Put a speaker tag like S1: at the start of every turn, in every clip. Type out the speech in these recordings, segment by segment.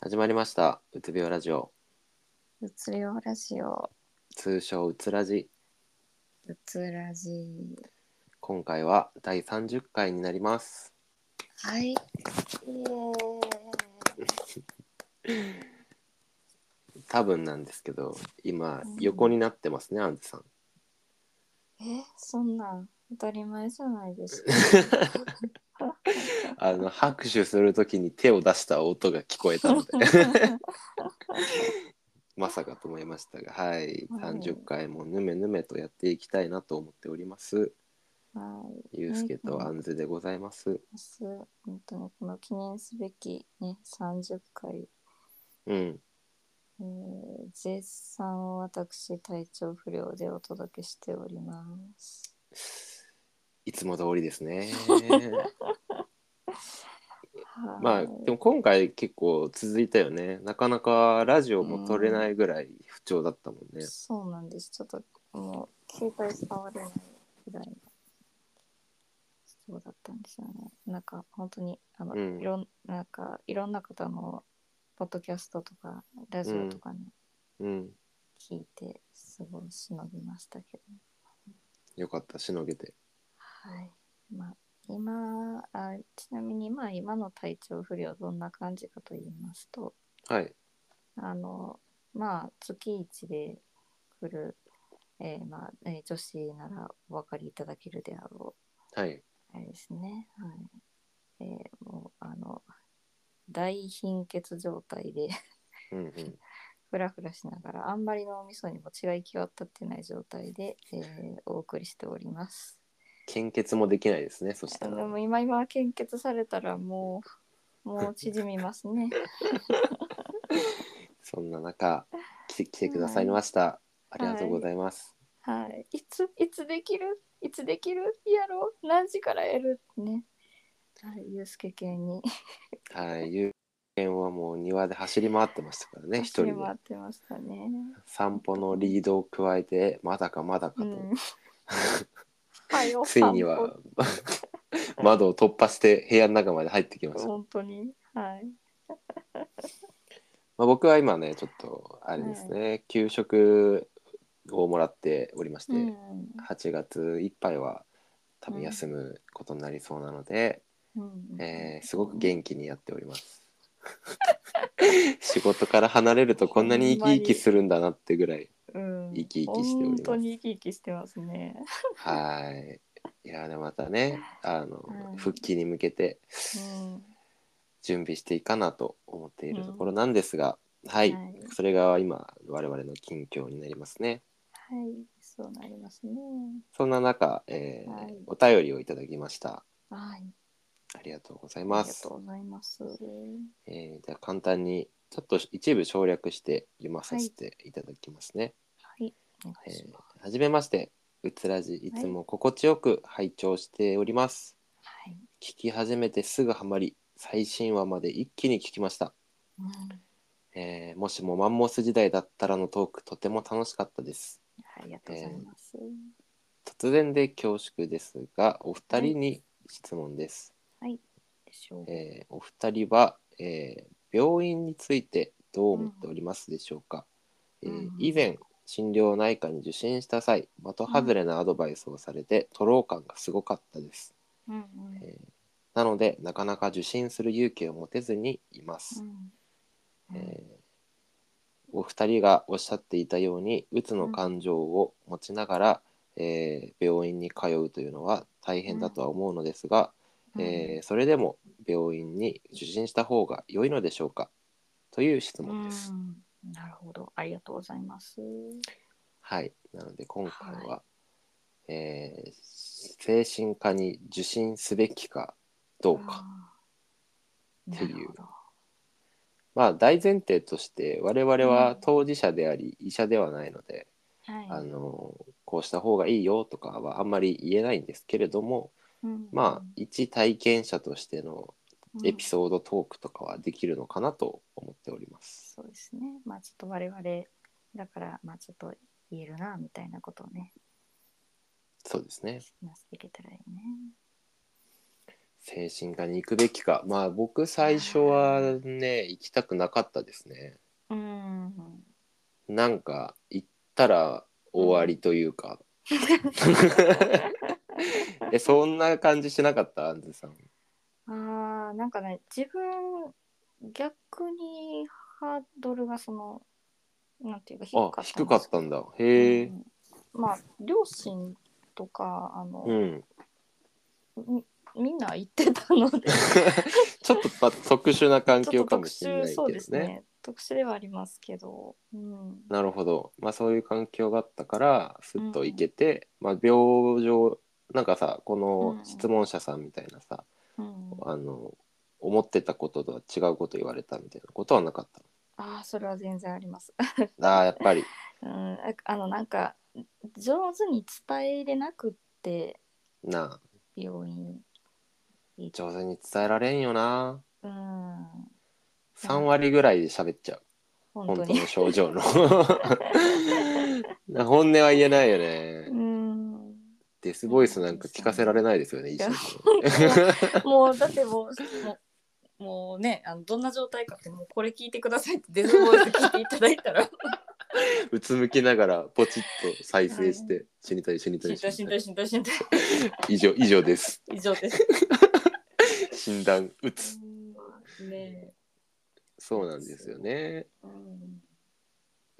S1: 始まりましたうつ病ラジオ
S2: うつよラジオ、
S1: 通称うつラジ
S2: うつラジ。
S1: 今回は第30回になります
S2: はい。イエーイ。
S1: 多分なんですけど今
S2: うん
S1: 横になってますね、アンズさん
S2: え、そんなん当たり前じゃないです か。
S1: あの拍手するときに手を出した音が聞こえた のでまさかと思いましたがはい
S2: はい
S1: 30回もぬめぬめとやっていきたいなと思っております
S2: はい。
S1: ゆうすけとアンズでございます
S2: 明日、本当にこの記念すべきね、30回、
S1: うん
S2: えー、絶賛私体調不良でお届けしております。
S1: いつも通りです ね
S2: はい
S1: まあでも今回結構続いたよねなかなかラジオも撮れないぐらい不調だったもんね、
S2: そうなんです。ちょっともう携帯触れないぐらいのそうだったんですよね。なんか本当にあの、
S1: うん
S2: いろんなんかいろんな方のポッドキャストとかラジオとかね、
S1: うん
S2: 聞いてすごいしのぎましたけど、
S1: よかったしのげて
S2: はい。まあ今あちなみにまあ今の体調不良どんな感じかと言いますと、
S1: はい
S2: あのまあ月一で来る、えーまあえー女子ならお分かりいただけるであろ
S1: はい、
S2: うあれですね、はいえーもうあの大貧血状態で
S1: うんうん、
S2: ふらふらしながらあんまり脳みそにも血が行き渡ってない状態で、えーお送りしております。
S1: 献血もできないですねそし
S2: で
S1: たら
S2: も今今献血されたらもうもう縮みますね。
S1: そんな中来て来てくださいました、ありがとうございます、
S2: はい、いついつできるいつできるやろう何時からやるねはいゆうすけ系に
S1: はい有限はもう庭で走り回ってましたからね一
S2: 走
S1: 人
S2: り
S1: で
S2: 回ってましたね
S1: 散歩のリードを加えてまだかまだかと、
S2: うんはよ
S1: ついには 窓を突破して部屋の中まで入ってきま
S2: 散
S1: し
S2: 歩
S1: た、
S2: 本当にはい
S1: まあ、僕は今ねちょっとあれですね、給食をもらっておりまして、
S2: うん
S1: 8月いっぱいは多分休むことになりそうなので、
S2: うん
S1: えーすごく元気にやっております。 仕事から離れれるとこんなに生き生きするんだなってぐらい
S2: うん
S1: 生き生きしております
S2: 本当に生き生きしてますね
S1: はいいやでまたねあの、
S2: うん
S1: 復帰に向けて
S2: うん
S1: 準備していかなと思っているところなんですが、はい、
S2: はい
S1: それが今我々の近況になりますね
S2: はいそうなりますね
S1: そんな中、えー
S2: はい
S1: お便りをいただきました
S2: はい
S1: ありがとうござい
S2: あ
S1: ま
S2: りが
S1: す
S2: とうございます
S1: えー、じゃあ簡単にちょっと一部省略して読まさせていただきますね。
S2: はいお願いし
S1: え
S2: ます
S1: ーはじめまして、うつらじいつも心地よく拝聴しております。
S2: はい
S1: 聞き始めてすぐハマり、最新話まで一気に聞きました。
S2: うん
S1: えーもしもマンモス時代だったらのトークとても楽しかったです。
S2: ありがとうございます。
S1: 突然で恐縮ですが、お二人に質問です。
S2: でしょう。
S1: えーお二人は、えー病院についてどう思っておりますでしょうか、
S2: う
S1: え
S2: ん
S1: ー
S2: うん
S1: 以前診療内科に受診した際的外れなアドバイスをされて、徒労感がすごかったです、
S2: うんうん
S1: えーなのでなかなか受診する勇気を持てずにいます、
S2: うんうん
S1: えーお二人がおっしゃっていたようにうつの感情を持ちながら、えー病院に通うというのは大変だとは思うのですが、えーそれでも病院に受診した方が良いのでしょうかという質問です。
S2: うんなるほど。ありがとうございます。
S1: はい、なので今回は、
S2: は
S1: えー精神科に受診すべきかどうか、
S2: あー
S1: っていう
S2: なるほど
S1: まあ、大前提として我々
S2: う
S1: は
S2: ん
S1: 当事者であり医者ではないので、
S2: はい。
S1: あのこうした方がいいよとかはあんまり言えないんですけれども、まあ、一体験者としての
S2: あ
S1: エピ
S2: ソード。
S1: ソードトークとかはできるのかなと思っております。
S2: そうですね。まあちょっと我々だからまあちょっと言えるなみたいなことをね
S1: そうですね
S2: 話していけたらいいね。
S1: 精神科に行くべきかまあ僕最初はね行きたくなかったですね
S2: うん。
S1: なんか行ったら終わりというかえそんな感じしなかったアンズさん
S2: ああ、なんかね、自分、逆にハードルがその、なんていうか低か
S1: あ
S2: ったんです
S1: 低かったんだへえ
S2: うんまあ、両親とか、あの
S1: う、ん
S2: みみんな行ってたの で、
S1: ちょっとまあ特殊な環
S2: ちょ
S1: 境
S2: っと
S1: かも
S2: 特
S1: しれない
S2: 殊、
S1: け
S2: そ
S1: ど
S2: う
S1: ね
S2: ですね。特殊ではありますけど、うん。
S1: なるほどまあそういう環境があったからすっと行けて、まあ病状なんかさこの質問者さんみたいなさ、
S2: うん、
S1: あの思ってたこととは違うこと言われたみたいなことはなかっ
S2: ああ、それは全然あります。
S1: たのあーやっぱり
S2: うん、ああの、なんか、上手に伝えれなくって、
S1: なあ
S2: 病院。
S1: 上手に伝えられんよな
S2: うん、
S1: 3割ぐらいで喋っちゃう
S2: 本当
S1: 本当
S2: に。
S1: の症状の本音は言えないよね、
S2: うん。
S1: デスボイスなんか聞かせられないですよね医者に
S2: もう、だってもう、 もう、もうね、あのどんな状態かって、もうこれ聞いてくださいって、デスボイス聞いていただいた ら、
S1: うつむきながらポチッと再生して、死にたい死にた
S2: しん
S1: い
S2: どい しんどいしんどいしんどい、
S1: 以上以上です
S2: 以上です。
S1: 診断うつ
S2: ね
S1: そうなんですよね
S2: うん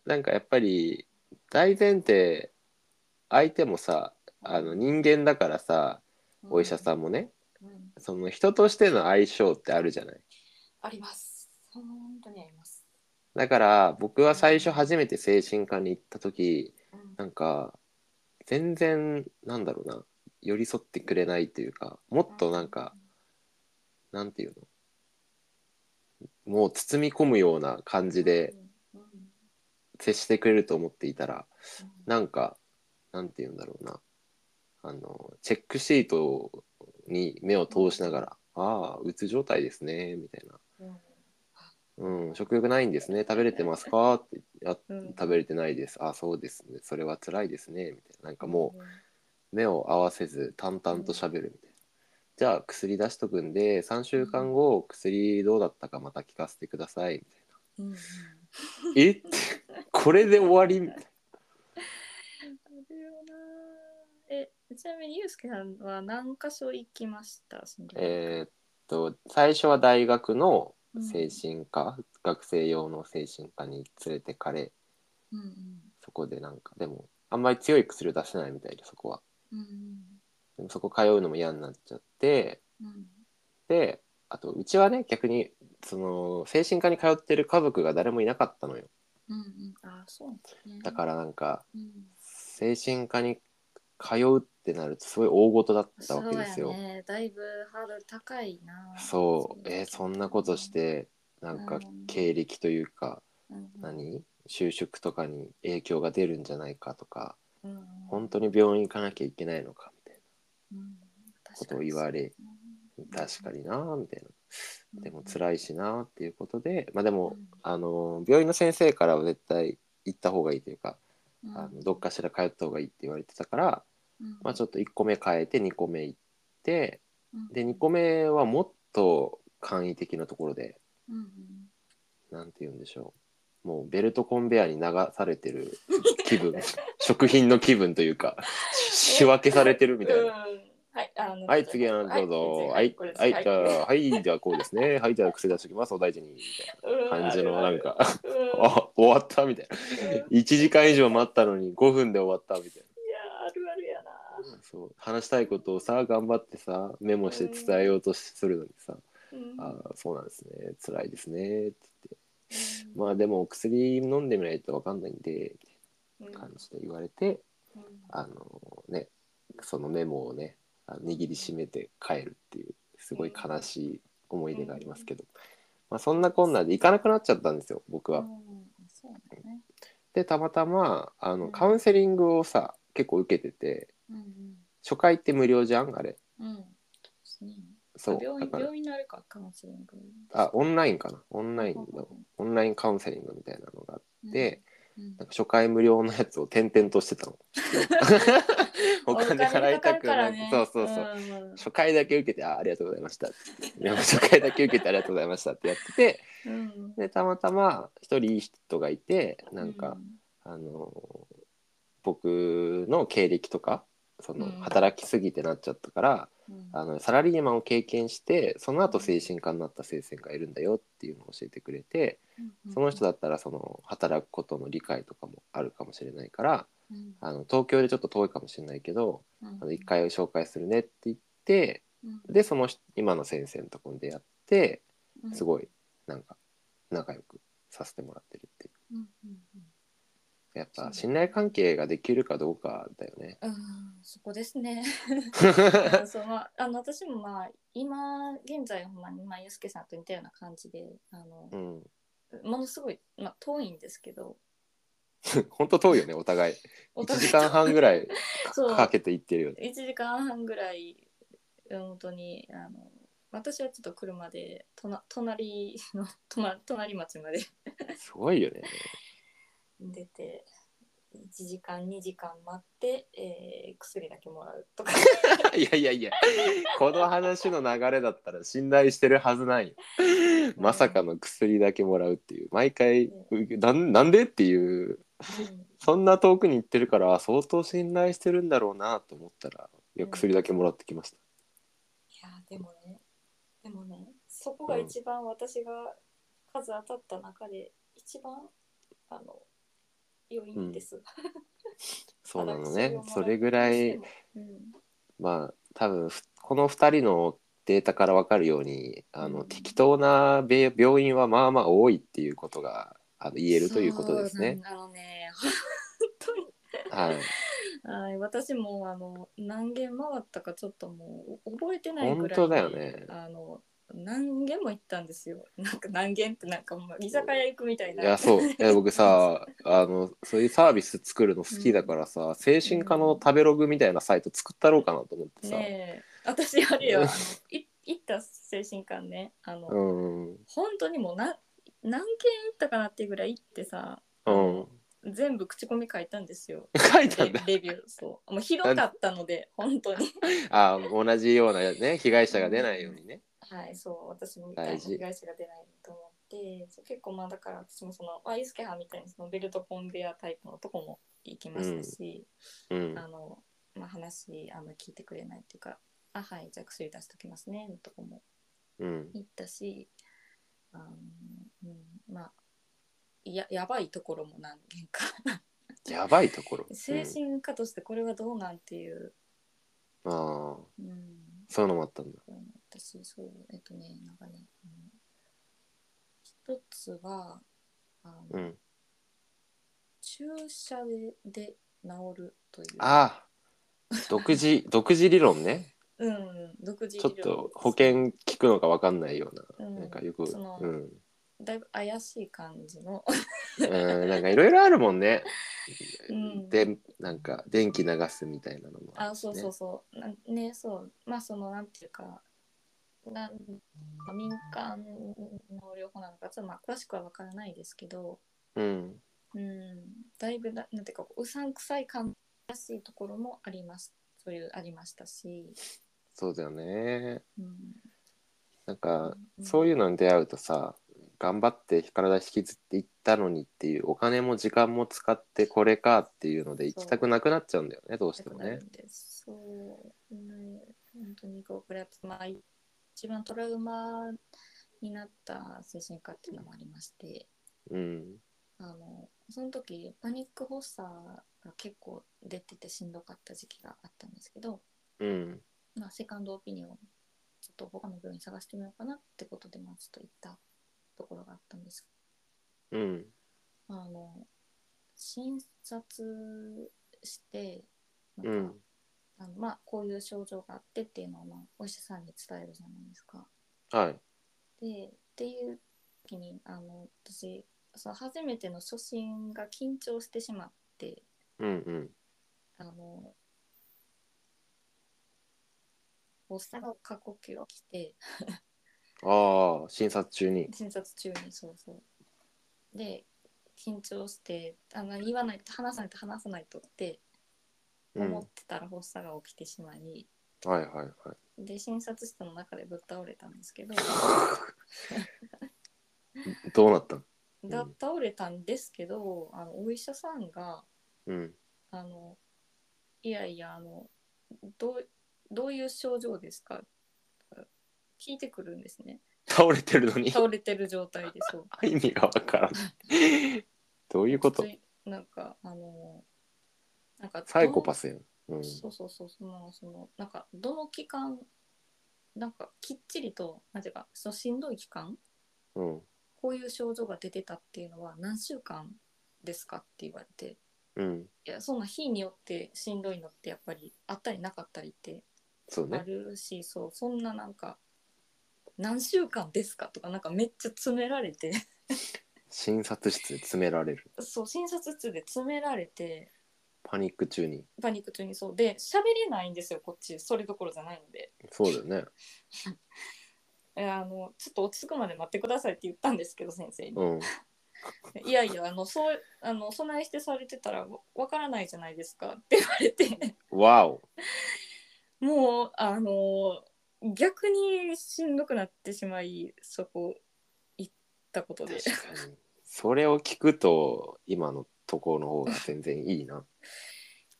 S1: なんかやっぱり大前提相手もさあの人間だからさお医者さんもね
S2: うん
S1: その人としての相性ってあるじゃない
S2: あります。本当にあります。
S1: だから僕は最初初めて精神科に行った時
S2: うん
S1: なんか全然なんだろうな寄り添ってくれないというかもっとなんか、なんていうのもう包み込むような感じで
S2: うん、うん
S1: 接してくれると思っていたらなんかなんていうんだろうなあのチェックシートに目を通しながら「ああうつ状態ですね」みたいな
S2: うん
S1: 「うん食欲ないんですね食べれてますか?」って「あ
S2: うん
S1: 食べれてないです」「あそうですねそれは辛いですね」みたいななんかもう目を合わせず淡々と喋るみたいな。じゃあ薬出しとくんで3週間後薬どうだったかまた聞かせてくださいみたいな
S2: うん、うん
S1: えってこれで終わりみたい
S2: あるよなえちなみにゆうすけさんは何箇所行きましたその時
S1: えーっと最初は大学の精神科、学生用の精神科に連れてかれ
S2: うん
S1: そこでなんかでもあんまり強い薬を出せないみたいでそこは
S2: うんうん
S1: でもそこ通うのも嫌になっちゃって
S2: うん
S1: であとうちはね逆にその精神科に通ってる家族が誰もいなかったのよ
S2: うんうんあそうなんですね
S1: だからなんから
S2: うん
S1: 精神科に通うってなるとすごい大事だったわけですよ
S2: そうやねだいぶハードル高いな
S1: そうえーそんなことしてなんか
S2: うん
S1: 経歴というか、
S2: うん
S1: 何就職とかに影響が出るんじゃないかとか
S2: うん
S1: 本当に病院行かなきゃいけないのかみたいな
S2: うん確
S1: こと
S2: か
S1: を
S2: に
S1: 言
S2: そう
S1: われ
S2: うん
S1: 確かになみたいなでも
S2: い
S1: 辛いしなっていうことでまあでも
S2: うん
S1: あの病院の先生からは絶対行った方がいいというかあのどっ
S2: か
S1: かしら通った方がいいって言われてたからまあちょっと1個目変えて2個目行ってで2個目はもっと簡易的なところで
S2: うんうん
S1: なんて言うんでしょうもうベルトコンベアに流されてる気 分食品の気分というか仕分けされてるみたいな。
S2: うんはい、あの
S1: はい次はどうぞはい
S2: これです
S1: はいじゃあはいじゃあこうですねはいじゃあ癖出してきますお大事にみたいな感じのなんか
S2: うん
S1: あ終わったみたいな
S2: うんいや
S1: 1時間以上待ったのに5分で終わったみたい
S2: あるあるやな
S1: なそう話したいことをさ頑張ってさメモして伝えようとするのにさ
S2: うん
S1: あそうなんですね辛いですねって言ってまあでも薬飲んでみないと分かんないんで
S2: うん
S1: 感じで言われて
S2: うん
S1: あのねそのメモをねあの握りしめて帰るっていうすごい悲しい思い出がありますけど、まあ、そんなこんなで行かなくなっちゃったんですよ僕
S2: う
S1: は。
S2: んそうだね
S1: でたまたまあ
S2: う
S1: の
S2: ん
S1: カウンセリングをさ結構受けてて
S2: うん
S1: 初回って無料じゃんあれ
S2: うんうんそうですね
S1: そう
S2: 病
S1: だ
S2: 院
S1: から
S2: 病院のあれかカウンセリング
S1: あオンラインかなオンライン
S2: うん
S1: のオンラインカウンセリングみたいなのがあって、
S2: ううん
S1: なんか初回無料のやつを転々として たのお金払いたくない、そうそうそう、
S2: う
S1: 初回だけ受けてあありがとうございましたでも初回だけ受けてありがとうございましたってやってて
S2: うんうん、
S1: でたまたま一人いい人がいてなんか、
S2: うん
S1: あの僕の経歴とかその
S2: うん
S1: 働きすぎてなっちゃったから、
S2: うん
S1: あのサラリーマンを経験してその後精神科になった先生がいるんだよっていうのを教えてくれて、その人だったらその働くことの理解とかもあるかもしれないから
S2: うん
S1: あの東京でちょっと遠いかもしれないけど
S2: うん
S1: あの一回紹介するねって言って
S2: うん
S1: でその人今の先生のところでやって
S2: うん
S1: すごいなんか仲良くさせてもらってるっていう
S2: うんうんうん
S1: やっぱ信頼関係ができるかどうかだよね。
S2: うんそこで すね。うんそうまあ、あの私もまあ今現在ほんまにまあユースケさんと似たような感じであの
S1: う、 ん、
S2: ものすごい、まあ、遠いんですけど
S1: 本当遠いよねお互い
S2: お
S1: 1
S2: 互い
S1: 時間半ぐらい
S2: そう
S1: かけて行ってるよね
S2: 1時間半ぐらい本当にあの私はちょっと車でとな隣の とな隣町まです
S1: ごいよね
S2: 出て1時間2時間待って、えー薬だけもらうとか
S1: いやいやいやこの話の流れだったら信頼してるはずないよまさかの薬だけもらうっていう毎回なんなんでっていう
S2: うん
S1: そんな遠くに行ってるから相当信頼してるんだろうなと思ったらいや薬だけもらってきました、
S2: いやーでもねでもねそこが一番私が数当たった中で一番、あの良いんです、
S1: そうなの
S2: 私
S1: ね
S2: をもらう
S1: それぐらい
S2: どうしても
S1: まあ多分ふこの2人のデータから分かるようにあの、
S2: うん
S1: 適当なべ病院はまあまあ多いっていうことがあの言えるということですね。
S2: そうなんあのね 本当に
S1: はい、
S2: はい私もあの何軒回ったかちょっともう覚えてない
S1: 本
S2: ぐらい
S1: 当だよね。
S2: あの何軒も行ったんですよなんか何軒ってなんかもう居酒屋行くみたい
S1: い
S2: な
S1: やそういや僕 さあのそういうサービス作るの好きだからさ、精神科の食べログみたいなサイト作ったろうかなと思ってさ、
S2: ねえ私あれよあのい 行った精神科ねあの、
S1: うんうん
S2: 本当にもうな何件行ったかなっていうぐらい行ってさ全部口コミ書いたんですよ
S1: 書いた
S2: レ
S1: んだ
S2: レビューそうもうひどかったので本当に
S1: あ同じようなね被害者が出ないようにね。
S2: はいそう私みたいな
S1: 大事
S2: 被害者が出ないと思ってそう結構まあだから私もそのあユースケはんみたいにそのベルトコンベアタイプのとこも行きましたし、
S1: うん、
S2: あの、まあ、話あんま聞いてくれないっていうか「あはいじゃあ薬出しときますね」のとこも
S1: うん、
S2: 行ったし、あのうん、まあややばいところも何件 か
S1: やばいところ。
S2: 精神科としてこれはどうなんていう、
S1: うん、ああ
S2: うん、
S1: そういうのもあったんだ。
S2: 私そうえっとねなんかね、うん一つはあの、
S1: うん、
S2: 注射でで治るという
S1: ああ独自 独自理論ね
S2: うん、独自医療
S1: ちょっと保険聞くのか分かんないような。
S2: うん
S1: なんかよく、う
S2: その
S1: ん、
S2: だいぶ怪しい感じの
S1: うん、なんかいろいろあるもんね。
S2: うん
S1: で、なんか電気流すみたいなのもるしね
S2: あそうそうそうなねそうまあそのなんていうかなん民間の療法なのかちょっとまあ詳しくは分からないですけど、
S1: うん、
S2: うん、だいぶななんていうかこううさんくさい感じらしいところもありますそういうありましたし、
S1: そうだよね。
S2: うん、
S1: なんか、
S2: い
S1: そういうのに出会うとさ、頑張って体引きずっていったのにっていうお金も時間も使ってこれかっていうので行きたくなくなっちゃうんだよねどうしてもね。
S2: そう、ね、本当にこうこれはまあ一番トラウマになった精神科っていうのもありまして。
S1: うん、
S2: あのその時パニック発作が結構出ててしんどかった時期があったんですけど、
S1: うん、
S2: まあ、セカンドオピニオンちょっと他の病院探してみようかなってことでまあちょっと行ったところがあったんです
S1: うん、
S2: あの診察してなんか、
S1: うん、
S2: あのまあ、こういう症状があってっていうのを、まあ、お医者さんに伝えるじゃないですか。
S1: はい。
S2: でっていう時にあの私その初めての初診が緊張してしまって。
S1: うんうん
S2: あの、おっさんが過呼吸をきて、
S1: ああ診察中に
S2: 診察中にそうそう。で、緊張してあの言わないと話さないと話さないとって
S1: う
S2: 思
S1: ん
S2: っ、てたら発作が起きてしまい、
S1: はいはいはい
S2: で診察室の中でぶっ倒れたんですけど
S1: どうなったの
S2: だ倒れたんですけどあのお医者さんが
S1: うん
S2: あのいやいやあのどうどういう症状ですか聞いてくるんですね
S1: 倒れてるのに
S2: 倒れてる状態でそう
S1: 意味がわから んどういう こと
S2: 普通になんかあのなんか
S1: サイコパスやん、うん、
S2: そうそうそうそのそのなんかどの期間なんかきっちりとなんていうかそのしんどい期間
S1: うん
S2: こういう症状が出てたっていうのは何週間ですかって言われて
S1: うん
S2: いやそんな日によってしんどいのってやっぱりあったりなかったりって
S1: そう
S2: あ
S1: ね
S2: るし、そうそんななんか何週間ですかとかなんかめっちゃ詰められて
S1: 診察室で詰められる
S2: そう診察室で詰められて
S1: パニック中に
S2: パニック中にそうで喋れないんですよこっちそれどころじゃないので。
S1: そうだよね
S2: えあのちょっと落ち着くまで待ってくださいって言ったんですけど先生に
S1: うん
S2: 「いやいやあのそうあのお供えしてされてたらわわからないじゃないですか」って言われて
S1: わお
S2: もうあの逆にしんどくなってしまいそこ行ったことで
S1: 確かにそれを聞くと今のところの方が全然いいない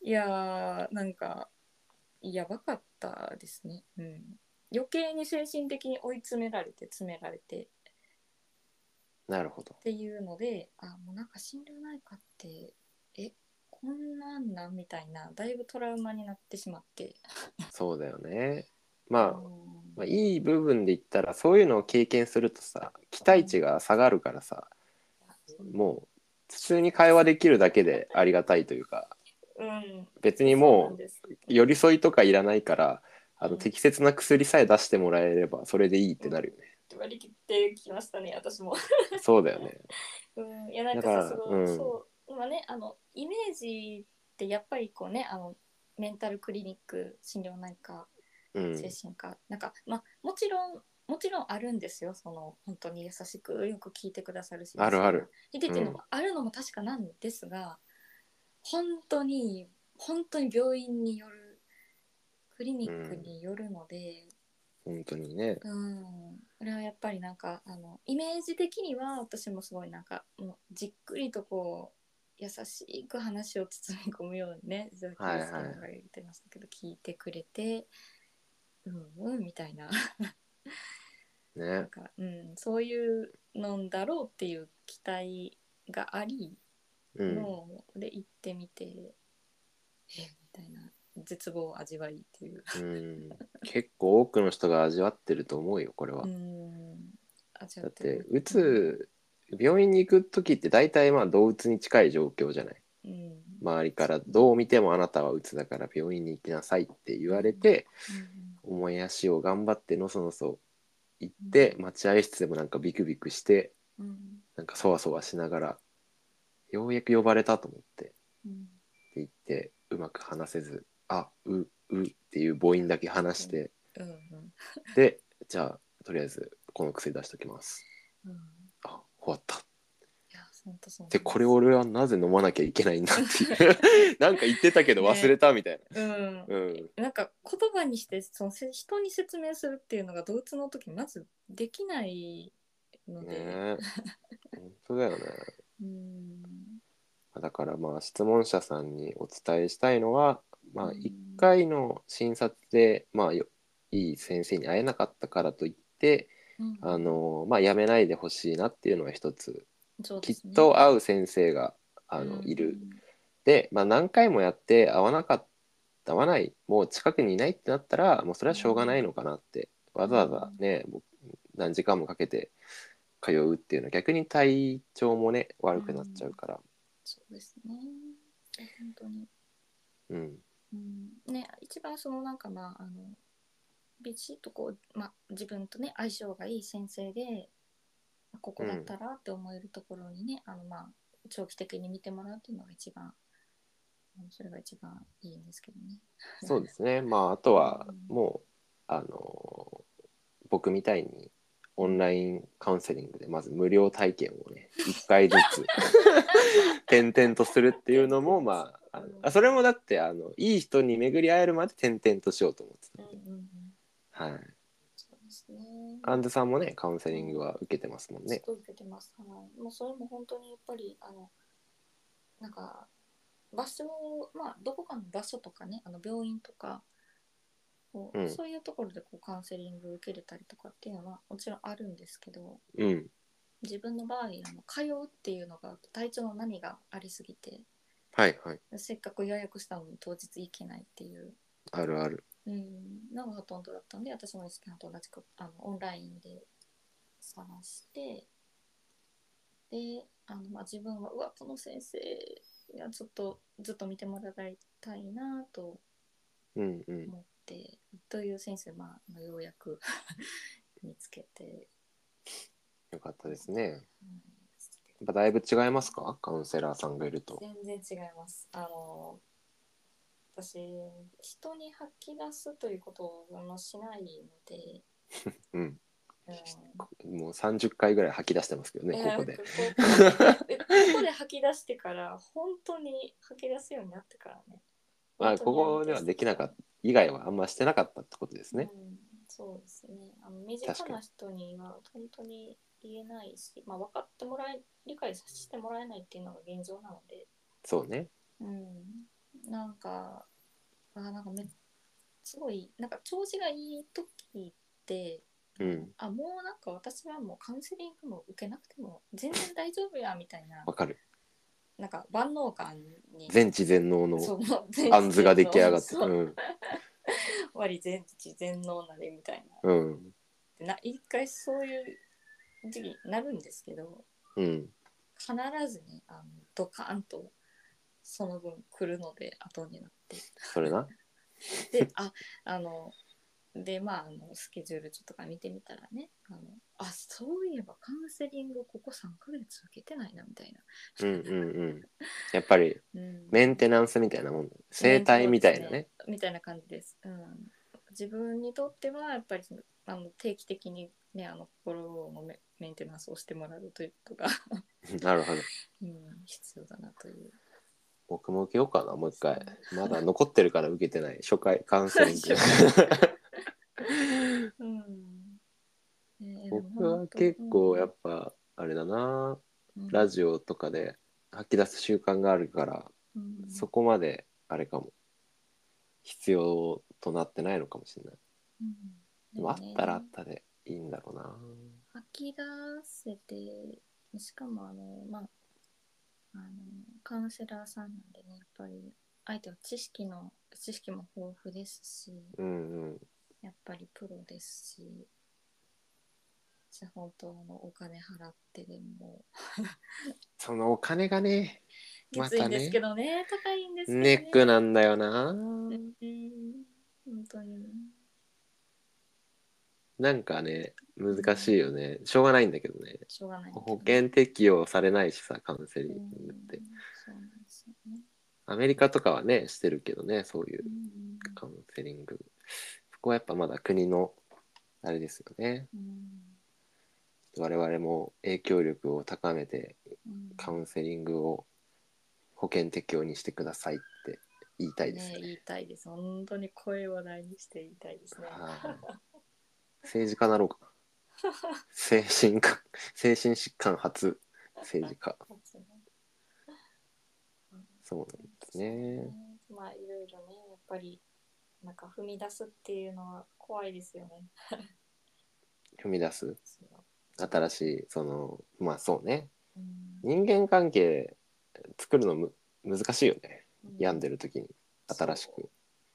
S2: やーなんかやばかったですね、うん、余計に精神的に追い詰められて詰められて
S1: なるほど
S2: っていうのであもうなんか心療内科ってえこんなんなんみたいなだいぶトラウマになってしまって
S1: そうだよねまあ
S2: うん
S1: まあいい部分で言ったらそういうのを経験するとさ期待値が下がるからさもう普通に会話できるだけでありがたいというか
S2: うん
S1: 別に
S2: そうな
S1: も
S2: んです
S1: う寄り添いとかいらないからあ
S2: う
S1: の
S2: ん
S1: 適切な薬さえ出してもらえればそれでいいってなるよね、
S2: 割り切ってきましたね私も、
S1: そうだよね
S2: うん、いやなん
S1: だから
S2: かさすごい、
S1: うん
S2: そう今ねあのイメージってやっぱりこうねあのメンタルクリニック心療内科
S1: うん
S2: 精神科、なんかまあもちろんもちろんあるんですよその本当に優しくよく聞いてくださるし
S1: あるある
S2: でっていうのもあるのも確かなんですが、本当に本当に病院によるクリニックによるので、
S1: 本当にね
S2: うんこれはやっぱりなんかあのイメージ的には私もすごいなんかもうじっくりとこう優しく話を包み込むようにね鈴木さんが言ってましたけど、聞いてくれてうんうんみたいな な
S1: ね
S2: んか、うん、そういうのだろうっていう期待があり、
S1: うん
S2: もうで行ってみてえみたいな絶望を味わいっていう
S1: うん、結構多くの人が味わってると思うよこれは、
S2: うん味わ
S1: だっ
S2: る
S1: てうつ病院に行く時って大体まあ動物に近い状況じゃない
S2: うん
S1: 周りからどう見てもあなたはうつだから病院に行きなさいって言われて思い足を頑張ってのそのそ行って待合室でもなんかビクビクして
S2: うんうん
S1: なんかそわそわしながらようやく呼ばれたと思ってって
S2: うん
S1: 言ってうまく話せず「あうう」っていう母音だけ話して
S2: うんうん
S1: でじゃあとりあえずこの薬出しときます
S2: うん
S1: あ終わった
S2: いや本当そうなん
S1: でこれ
S2: を
S1: 俺はなぜ飲まなきゃいけないんだっていう なんか言ってたけど忘れたみたいな、
S2: うん
S1: うん
S2: なんか言葉にしてそのせ人に説明するっていうのが同一の時まずできないので、
S1: ねえ本当だよね
S2: うん
S1: だからまあ質問者さんにお伝えしたいのは、まあ、
S2: うん
S1: 1回の診察で、まあ、よいい先生に会えなかったからといって
S2: うん
S1: あの、まあ、やめないでほしいなっていうのが一つ、
S2: そう
S1: き
S2: で
S1: っ
S2: すね
S1: と会う先生があ
S2: う
S1: の
S2: ん
S1: いるで、まあ、何回もやって会わなかった会わないもう近くにいないってなったらもうそれはしょうがないのかなってわざわざね、僕何時間もかけて通うっていうのは逆に体調もね悪くなっちゃうから、
S2: そうですねいや本当に、
S1: うん、
S2: うん、ね一番そのなんかまああのビシッとこう、まあ、自分とね相性がいい先生でここだったらって思えるところにね、あのまあ長期的に見てもらうっていうのが一番うんそれが一番いいんですけどね。
S1: そうですねまああとはもうあの僕みたいにオンラインカウンセリングでまず無料体験を ね1回ずつ転々とするっていうのもまああのあそれもだってあのいい人に巡り会えるまで転々としようと思って
S2: うんうんうん
S1: た、はい、
S2: そうですね。
S1: アンズさんもねカウンセリングは受けてますもん
S2: す
S1: ね
S2: ごい受けてます。はい。もうそれも本当にやっぱりあのなんか場所をまあどこかの場所とかねあの病院とかこう、
S1: うん
S2: そういうところでこうカウンセリング受けれたりとかっていうのはもちろんあるんですけど
S1: うん
S2: 自分の場合あの通うっていうのが体調の波がありすぎて
S1: はいはい
S2: せっかく予約したのに当日行けないっていう
S1: あるある
S2: うんのがほとんどだったんで私もさんと同じくあのオンラインで探してであの、まあ、自分はうわこの先生がちょっとずっと見てもらいたいなと
S1: うんうん
S2: 思ってという先生、まああの、ようやく 見つけて、
S1: よかったですねやっ
S2: うん
S1: ぱだいぶ違いますかカウンセラーさんがいると
S2: 全然違いますあの私人に吐き出すということをあのしないので、
S1: うん
S2: うん、
S1: もう30回ぐらい吐き出してますけどねここ
S2: え
S1: で
S2: ーここでここで吐き出してから本当に吐き出すようになってからね。
S1: まあここではできなかった以外はあんましてなかったってことですね
S2: うん、そうですね。あの身近
S1: 確か
S2: な
S1: に
S2: 人には本当に言えないし、まあ分かってもらえ理解してもらえないっていうのが現状なので、
S1: そうね
S2: うん、なんかあなんかめすごいなんか調子がいい時って。
S1: うん
S2: あもうなんか私はもうカウンセリングも受けなくても全然大丈夫やみたいな
S1: わかる
S2: なんか万能感に
S1: 全知全能の
S2: そう
S1: アンズが出来上がって
S2: そう
S1: うん
S2: 割り全知全能なれみたい
S1: うん
S2: なな一回そういう時期になるんですけど
S1: うん
S2: 必ずねあのドカーンとその分来るので後になって
S1: それな
S2: でああのでまああのスケジュール帳とか見てみたらねあのあそういえばカウンセリングここ3ヶ月受けてないなみたいな、
S1: うんうんうんやっぱり
S2: うん、
S1: メンテナンスみたいなもん生態みたいなね
S2: みたいな感じです。うん、自分にとってはやっぱりあの定期的にねあの心のメメンテナンスをしてもらうということが、
S1: なるほど
S2: うん、必要だなという。
S1: 僕も受けようかなもう一回まだ残ってるから受けてない初 回カウンセリング
S2: 初うん。ね
S1: 僕は結構やっぱあれだなラジオとかで吐き出す習慣があるから
S2: オ、うん
S1: そこまであれかも必要となってないのかもしれない
S2: うん
S1: でもあったらあ
S2: でもね
S1: ったでいいんだろうな
S2: 吐き出せてしかもあのまああのカウンセラーさんなんでねやっぱり相手は知識の知識も豊富ですし
S1: うんうん
S2: やっぱりプロですしじゃあ本当あのお金払ってでも
S1: そのお金がね
S2: き
S1: ま
S2: つい
S1: た
S2: んです
S1: ね
S2: けどね高いんですけどね
S1: ネックなんだよな
S2: うん本当に
S1: なんかね難しいよねしょうがないんだけどね
S2: しょうがないんだけど
S1: 保険適用されないしさカウンセリングって
S2: うんそうなんですよね、
S1: アメリカとかはねしてるけどねそういう
S2: うん
S1: カウンセリングそこはやっぱまだ国のあれですよね
S2: うん
S1: 我々も影響力を高めて
S2: うん
S1: カウンセリングを保険適用にしてくださいって言いたいです
S2: ね
S1: ね。
S2: 言いたいです本当に声を大にして言いたいですね
S1: はい政治家なろう かな。精神科、精神疾患初政治家。そうなんですね。
S2: まあいろいろねやっぱりなんか踏み出すっていうのは怖いですよね
S1: 踏み出す新しい、その、まあそうね。
S2: うん
S1: 人間関係作るのむ難しいよね。病んでる時に新しく。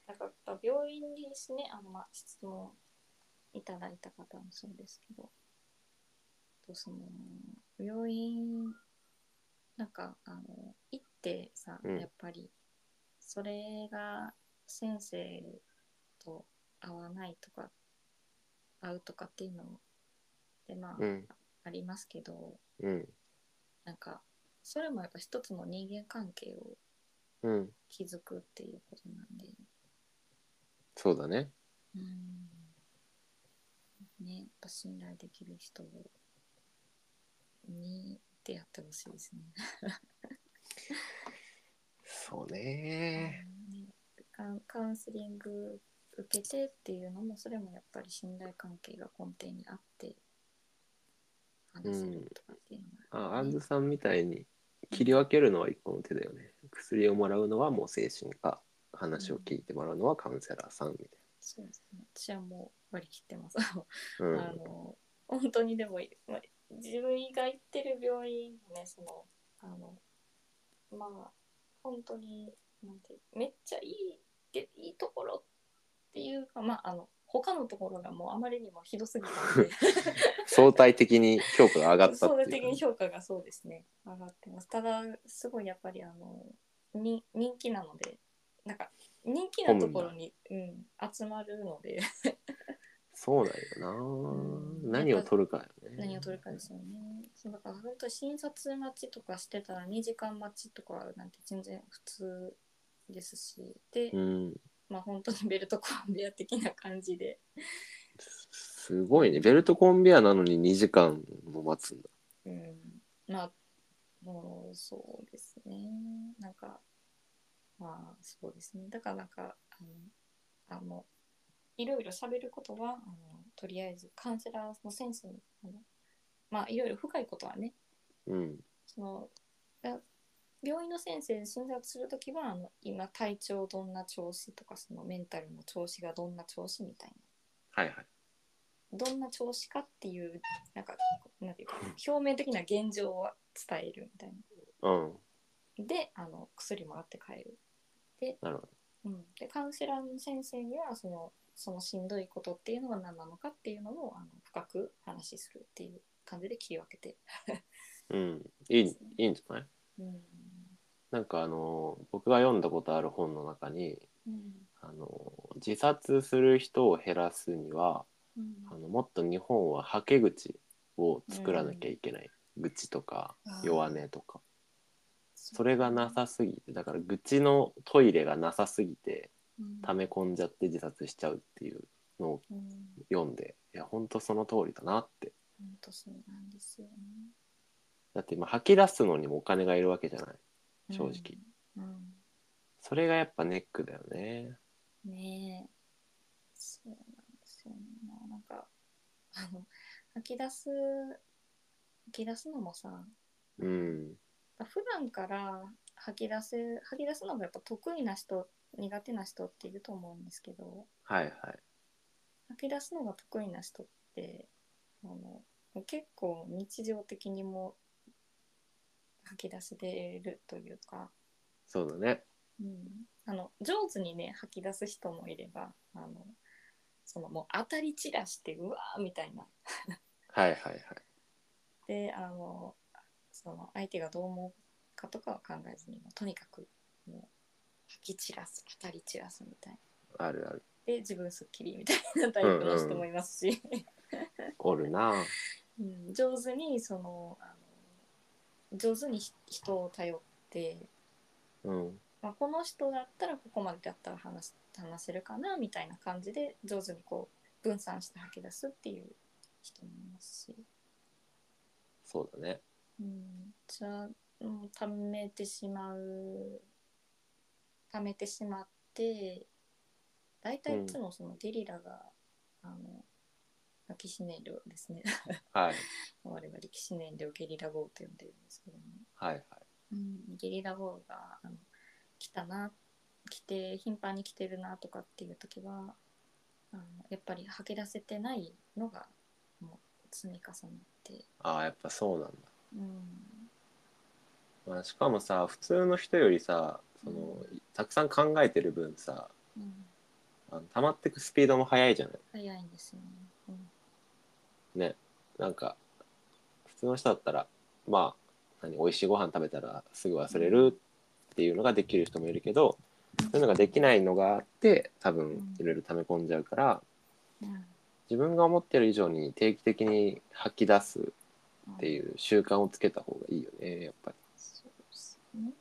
S2: なんかやっぱ病院にですねあのまあ質問いただいた方もそうですけどとその病院なんかあの行ってさ、
S1: うん
S2: やっぱりそれが先生と会わないとか会うとかっていうのでまあ、
S1: うん、
S2: ありますけど
S1: うん、
S2: なんかそれもやっぱ一つの人間関係を
S1: うん。
S2: 築くっていうことなんで。
S1: そうだね。
S2: うんね、やっぱ信頼できる人に出会ってほしいですね。
S1: そうね
S2: ねカウンカウンセリング受けてっていうのもそれもやっぱり信頼関係が根底にあって話せるとかっていうのが、
S1: あアンズさんみたいに切り分けるのは一個の手だよね薬をもらうのはもう精神科話を聞いてもらうのはカウンセラーさんみ
S2: そうですね私はもう割り切ってます。
S1: たいな
S2: あの本当にでも、まあ、自分が行ってる病院もねそのあのまあ本当になんてめっちゃいいでいいところっていうかまああの他のところがもうあまりにもひどすぎたん
S1: う
S2: で
S1: ん、相対的に評価が 上がった
S2: 相
S1: っ
S2: 対
S1: てい
S2: 的
S1: う
S2: に評価がそうですね上がってますただすごいやっぱりあのに人気なのでなんか人気なところに、うん、集まるので
S1: そうなんよ
S2: うん
S1: な何を取るかよね
S2: 何を取るかですよね。そうだから本当診察待ちとかしてたら2時間待ちとかなんて全然普通ですし、で、
S1: うん
S2: まあ本当にベルトコンベア的な感じで、
S1: すごいねベルトコンベアなのに2時間も待つんだ
S2: うん、まあ、もうそうですね。なんか、まあそうですね。だからなんか、あの、あのいろいろ喋ることはあの、とりあえずカウンセラーの先生に、あのまあいろいろ深いことはね、
S1: うん
S2: そのあ病院の先生に診察するときはあの今体調どんな調子とかそのメンタルの調子がどんな調子みたい
S1: はいはい
S2: などんな調子かっていうなんかなんていうか表面的な現状は伝えるみたい
S1: うん
S2: なであの薬もらって帰る、
S1: なるほど
S2: うん、でカウンセラーの先生にはそのそのしんどいことっていうのが何なのかっていうのをあの深く話しするっていう感じで切り分けて、
S1: うんいいいいんじゃない
S2: うん
S1: なんかあの僕が読んだことある本の中に
S2: うん
S1: あの自殺する人を減らすには
S2: うん、
S1: あのもっと日本ははけ口を作らなきゃいけない、愚痴とか
S2: あー
S1: 弱音とかそれがなさすぎてだから愚痴のトイレがなさすぎて
S2: うん
S1: 溜め込んじゃって自殺しちゃうっていうのを
S2: うん
S1: 読んでいや本当その通りだなって
S2: 本当そうなんですよね。
S1: だって今吐き出すのにもお金がいるわけじゃない正直、
S2: うん。
S1: それがやっぱネックだよね
S2: うん、ねえ。そうなんですよね。まあなんか、あの、吐き出す、吐き出すのもさ、
S1: うん
S2: 普段から吐き出せ、吐き出すのがやっぱ得意な人、苦手な人っていると思うんですけど、
S1: はいはい
S2: 吐き出すのが得意な人って、あの、結構日常的にも吐き出せてるというか、
S1: そうだね
S2: うんあの上手にね吐き出す人もいればあのそのもう当たり散らしてうわーみたいな
S1: はいはいはい
S2: であのその相手がどう思うかとかは考えずにもうとにかくもう吐き散らす当たり散らすみたいな
S1: あるある
S2: で自分すっきりみたいなタイプの人もいますし、
S1: おるな
S2: うん上手にそのあの上手にひ人を頼って
S1: うん
S2: まあ、この人だったらここまでだったら話す話せるかなみたいな感じで上手にこう分散して吐き出すっていう人もいますし、
S1: そうだね
S2: うん、じゃあもう溜めてしまう溜めてしまって大体いつもそのゲリラが、あのまあ騎士燃料ですね
S1: はい
S2: 我々騎士燃料ゲリラ豪雨って呼んでるんですけども、
S1: はいはい
S2: うん、ゲリラ豪雨があの来たな来て頻繁に来てるなとかっていう時はあのやっぱり吐き出せてないのがもう積み重なって、
S1: ああやっぱそうなんだ、
S2: うん
S1: まあ、しかもさ普通の人よりさそのたくさん考えてる分さ
S2: うん、
S1: あの溜まってくスピードも速いじゃない
S2: 早いんですよね。うん
S1: ねなんか普通の人だったらまあ何美味しいご飯食べたらすぐ忘れるっていうのができる人もいるけどそういうのができないのがあって多分いろいろ溜め込んじゃうから自分が思ってる以上に定期的に吐き出すって
S2: うん
S1: いう習慣をつけた方がいいよねやっぱり。
S2: そうですね。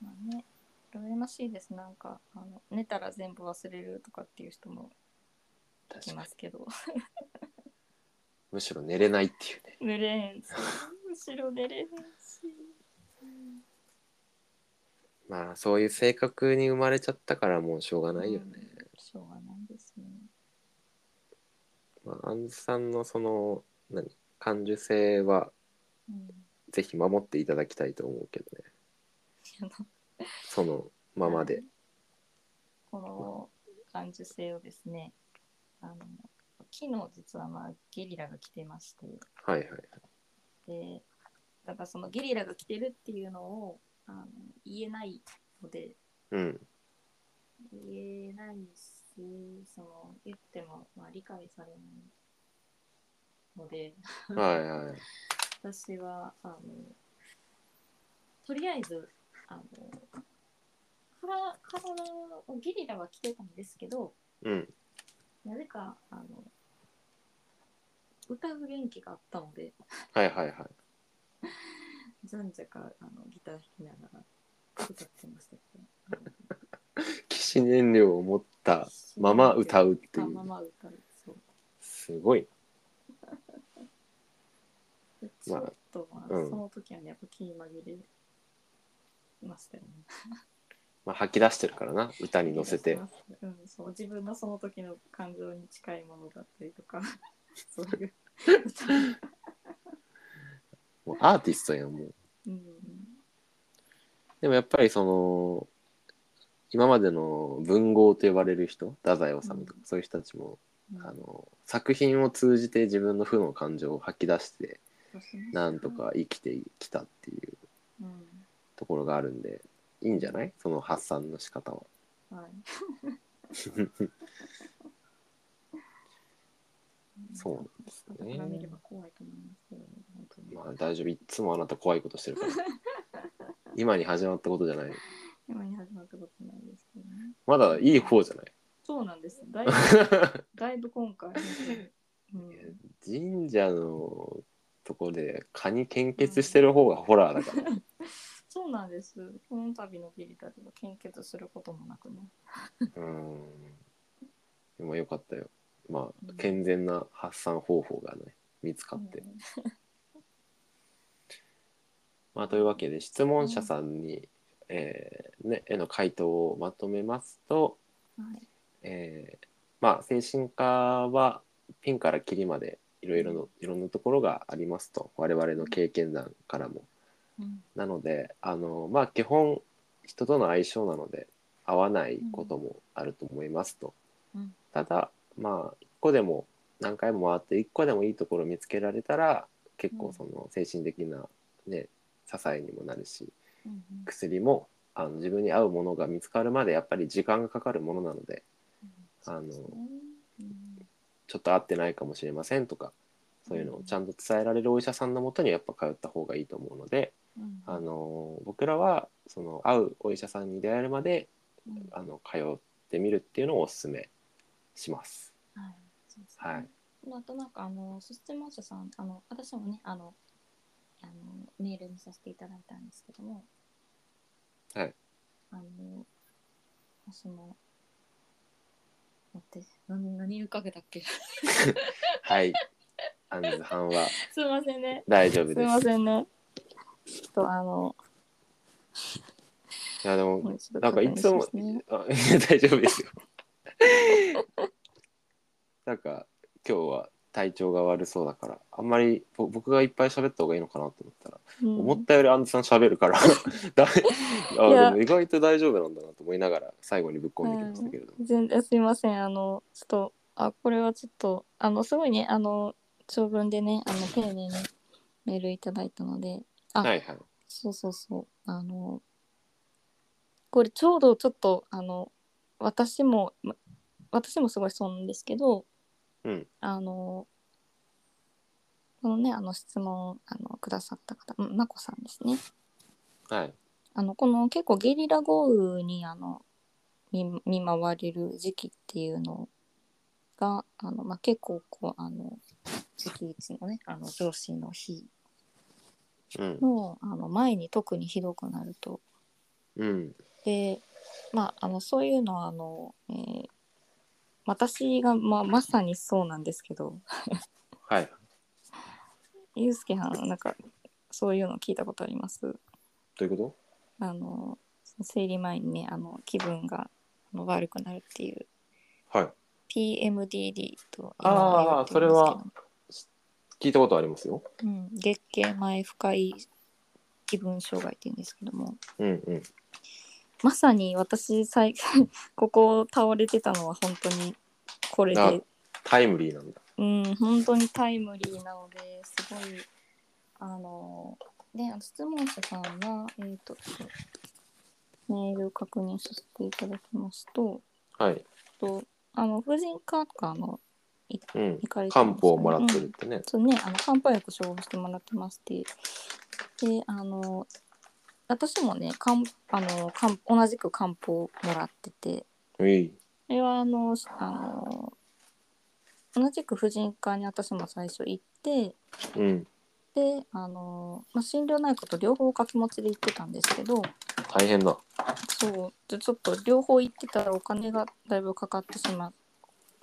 S2: まあね羨ましいですなんかあの寝たら全部忘れるとかっていう人もきます けど
S1: むしろ寝れないっていうね
S2: 寝れへんしむしろ寝れへんし、うん
S1: まあそういう性格に生まれちゃったからもうしょうがないよね、
S2: うんしょうがないですね
S1: まあ、アンズさんのその何感受性は
S2: うん
S1: ぜひ守っていただきたいと思うけどね
S2: あの
S1: そのままで、
S2: この感受性をですねあの昨日実はまあゲリラが来てまして
S1: はいはいはい
S2: でだからそのゲリラが来てるっていうのをあの言えないので
S1: うん
S2: 言えないしその言ってもまあ理解されないので
S1: はいはい
S2: 私はあのとりあえずあのから体をゲリラは来てたんですけど
S1: うん
S2: なぜかあの歌う元気があったので
S1: はいはいはい
S2: じゃんじゃかあのギター弾きながら歌ってましたけど
S1: 騎士燃料を持ったまま歌うってい
S2: あ
S1: う
S2: まま歌うそう
S1: すごい
S2: でち
S1: まあ
S2: ょっとまあ、
S1: うん
S2: その時はねやっぱ気に紛れましたよね。
S1: まあ、吐き出してるからな歌に乗せて
S2: うん、そう自分のその時の感情に近いものだったり とかそういう、
S1: もうアーティストやんもう
S2: うん、
S1: でもやっぱりその今までの文豪と呼ばれる人太宰治とか
S2: うん
S1: そういう人たちも、
S2: うん
S1: あの作品を通じて自分の負の感情を吐き出して
S2: そうしました
S1: なんとか生きてきたっていう
S2: うん
S1: ところがあるんでいいんじゃないその発散の仕方は。
S2: はい、
S1: そうなんです
S2: だから見れ
S1: ね
S2: ば。怖いと思いますけどね本当に、
S1: まあ大丈夫いっつもあなた怖いことしてる から今に始まったことじゃない
S2: 今に始まったことないですけどね
S1: まだいい方じゃない
S2: そうなん ですだいぶだいぶ今回、うん
S1: いや神社のとこで蚊に献血してる方がホラーだから
S2: そうなんですこの度のビリタでは献血することもなくね
S1: うんでもよかったよま
S2: う
S1: あ
S2: ん
S1: 健全な発散方法がね見つかって、
S2: うん
S1: まあ、というわけで質問者さんに、えーね、への回答をまとめますと、
S2: はい、
S1: えーまあ、精神科はピンからキリまでいろいろのいろんなところがありますと我々の経験談からも。
S2: うん
S1: なのであの、まあ、基本人との相性なので合わないこともあると思いますと。
S2: うん
S1: ただまあ一個でも何回も回って一個でもいいところを見つけられたら結構その精神的な、ね、支えにもなるし
S2: うん
S1: 薬もあの自分に合うものが見つかるまでやっぱり時間がかかるものなのであの
S2: うん
S1: ちょっと合ってないかもしれませんとかそういうのをちゃんと伝えられるお医者さんのもとにやっぱ通った方がいいと思うので
S2: うん
S1: あの僕らはその合うお医者さんに出会えるまで
S2: うん
S1: あの通ってみるっていうのをおすすめします。
S2: はいそうですね
S1: はい、
S2: あとなんかあのシステム者さんあの私もねあのあのメールにさせていただいたんですけども
S1: はい
S2: あのその待って何何言うかけたっけ す
S1: はい、アンズハンはい
S2: ませんね
S1: 大丈夫
S2: すい
S1: で。
S2: ますせんねちょっとあの
S1: いやで
S2: も
S1: も
S2: う一度
S1: なんかいつも
S2: 確認しますね
S1: あいや大丈夫ですよ。なんか今日は体調が悪そうだからあんまりぼ僕がいっぱい喋った方がいいのかなと思ったら、
S2: うん
S1: 思ったよりアンズさん喋るから だ
S2: い
S1: あ
S2: や
S1: でも意外と大丈夫なんだなと思いながら最後にぶっ込んできましたけれども、
S2: 全然すいませんあのちょっとあこれはちょっとあのすごいねあの長文でねあの丁寧にメールいただいたのであ
S1: はいはい
S2: そうそうそうあのこれちょうどちょっとあの私もま私もすごいそうなんですけど、
S1: うん
S2: あのこのねあの質問をあのくださった方うんまこさんですね
S1: はい
S2: あのこの結構ゲリラ豪雨にあの見見舞われる時期っていうのがあの、まあ、結構こうあの月一のねあの上司の日
S1: うん
S2: のあの前に特にひどくなると
S1: うん
S2: でまああのそういうのはあの、えー私が、まあ、まさにそうなんですけど
S1: はい
S2: ゆうすけはんなんかそういうの聞いたことあります
S1: どういうこ
S2: あの生理前にねあの気分があの悪くなるっていう
S1: とはい
S2: PMDD と今は言
S1: あ
S2: う
S1: あ
S2: と
S1: そ
S2: 思
S1: れ
S2: うんですけど
S1: は聞いたことありますよ
S2: うん、月経前不快気分障害って言うんですけども
S1: うんうん
S2: まさに私最ここ倒れてたのは本当にこれ
S1: あ
S2: で
S1: タイムリーなんだ
S2: うん本当にタイムリーなのですごいあのであの質問者さんはえっ、とちょっとメールを確認させていただきますと
S1: はい
S2: とあの婦人科とかの
S1: うん
S2: 行かれてますかね
S1: 漢方をもらってるってね、
S2: そうね、あの漢方薬処方してもらってまして、で、あの、私もね、漢あの漢同じく漢方もらってて、
S1: うい
S2: それはあの、あの、同じく婦人科に私も最初行って、
S1: うん
S2: で、あの、まあ、診療内科と両方掛け持ちで行ってたんですけど、
S1: 大変だ
S2: そう、でちょっと両方行ってたらお金がだいぶかかってしまって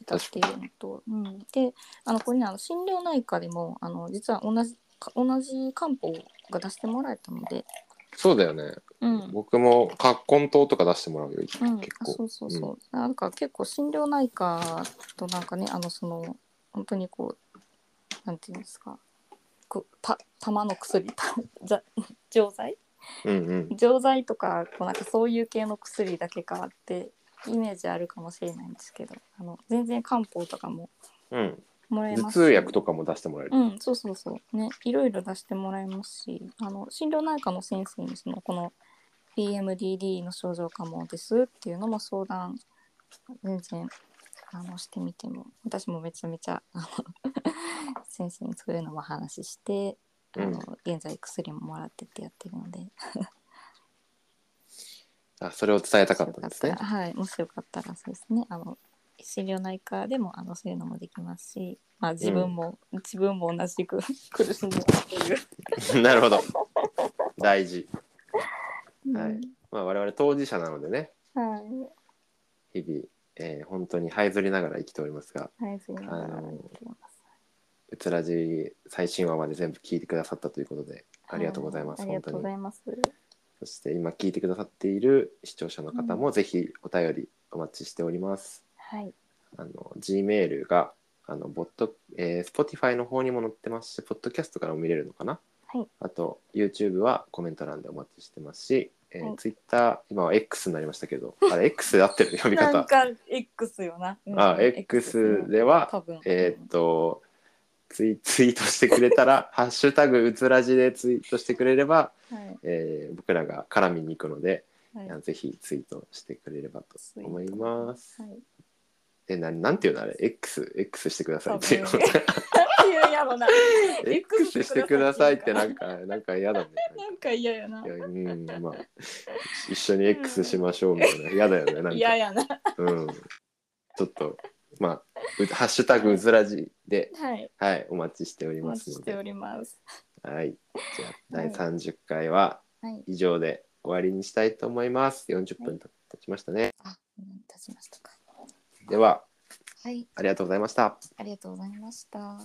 S2: たっていうのと、うん、であのこれねあの心療内科でもあの実は同じか同じ漢方が出してもらえたので、
S1: そうだよね、
S2: うんうん、
S1: 僕も葛根湯とか出してもらうよ、結
S2: あ
S1: 構
S2: そうそうそう、なんか結構心療内科となんかねあのその本当にこうなんていうんですかこうた玉の薬 たざ錠剤
S1: うんうん
S2: 錠剤とかこうなんかそういう系の薬だけかってイメージあるかもしれないんですけどあの全然漢方とかも
S1: うん
S2: もらえ
S1: 頭
S2: ますし
S1: 痛薬とかも出してもらえる、
S2: うんそうそうそうねいろいろ出してもらえますしあの心療内科の先生にそのこの PMDD の症状かもですっていうのも相談全然あのしてみても私もめちゃめちゃあの 先生にそういうのもお話ししてあの、現在薬ももらってってやってるので
S1: あそれを伝えたかったんですね
S2: もしよかったらはい、もしよかったらそうですね。あの心療内科でもあのそういうのもできますし、まあ自分も、自分も同じく 苦しんでますっていう。
S1: なるほど大事は
S2: う
S1: い
S2: ん、
S1: まあ我々当事者なのでね
S2: はい。
S1: 日々、えー本当に這いずりながら生きておりますが
S2: はい、すいません。
S1: あの
S2: ありがとうございます
S1: うつらじ最新話まで全部聞いてくださったということでありがとうございます、
S2: はいあ
S1: 本
S2: りがと
S1: 当
S2: うござ
S1: に
S2: います。
S1: そして今聞いてくださっている視聴者の方もぜひお便りお待ちしております、
S2: はい。
S1: あの G メールがあのボット、えー、Spotify の方にも載ってますしポッドキャストからも見れるのかな、
S2: はい
S1: あと YouTube はコメント欄でお待ちしてますし、えー
S2: はい
S1: Twitter 今は X になりましたけど あれ X で合ってる読み
S2: な
S1: 方
S2: んか X よな。うん
S1: あ X では
S2: 多分。
S1: えーっとツイツイートしてくれた ら「ハッシュタグうつらじ」でツイートしてくれれば、
S2: はい。
S1: えー僕らが絡みに行くので、
S2: はい。
S1: ぜひツイートしてくれればと
S2: ツイート
S1: 思います。
S2: はい。
S1: えななんていうのあれ XX してくださいっていうの
S2: 多分 っていうやろな。
S1: X してくださいってなんかなんか嫌だね。。
S2: なんか嫌やない
S1: やうんまあ一緒に X しましょうみたいな嫌だよねなんか
S2: 嫌やな。
S1: うん、ちょっとまあう「ハッシュタグうずらじ」で
S2: はい。
S1: はいお待ちしており
S2: お
S1: ま
S2: 待ち
S1: すの
S2: して
S1: で
S2: おります。
S1: はい。じゃあ、
S2: は
S1: 第
S2: い
S1: 30回は
S2: はい。
S1: 以上で終わりにしたいと思います。40分経ちましたね。
S2: あ、立ちましたか。
S1: では、
S2: はい。
S1: ありがとうございました。
S2: ありがとうございました。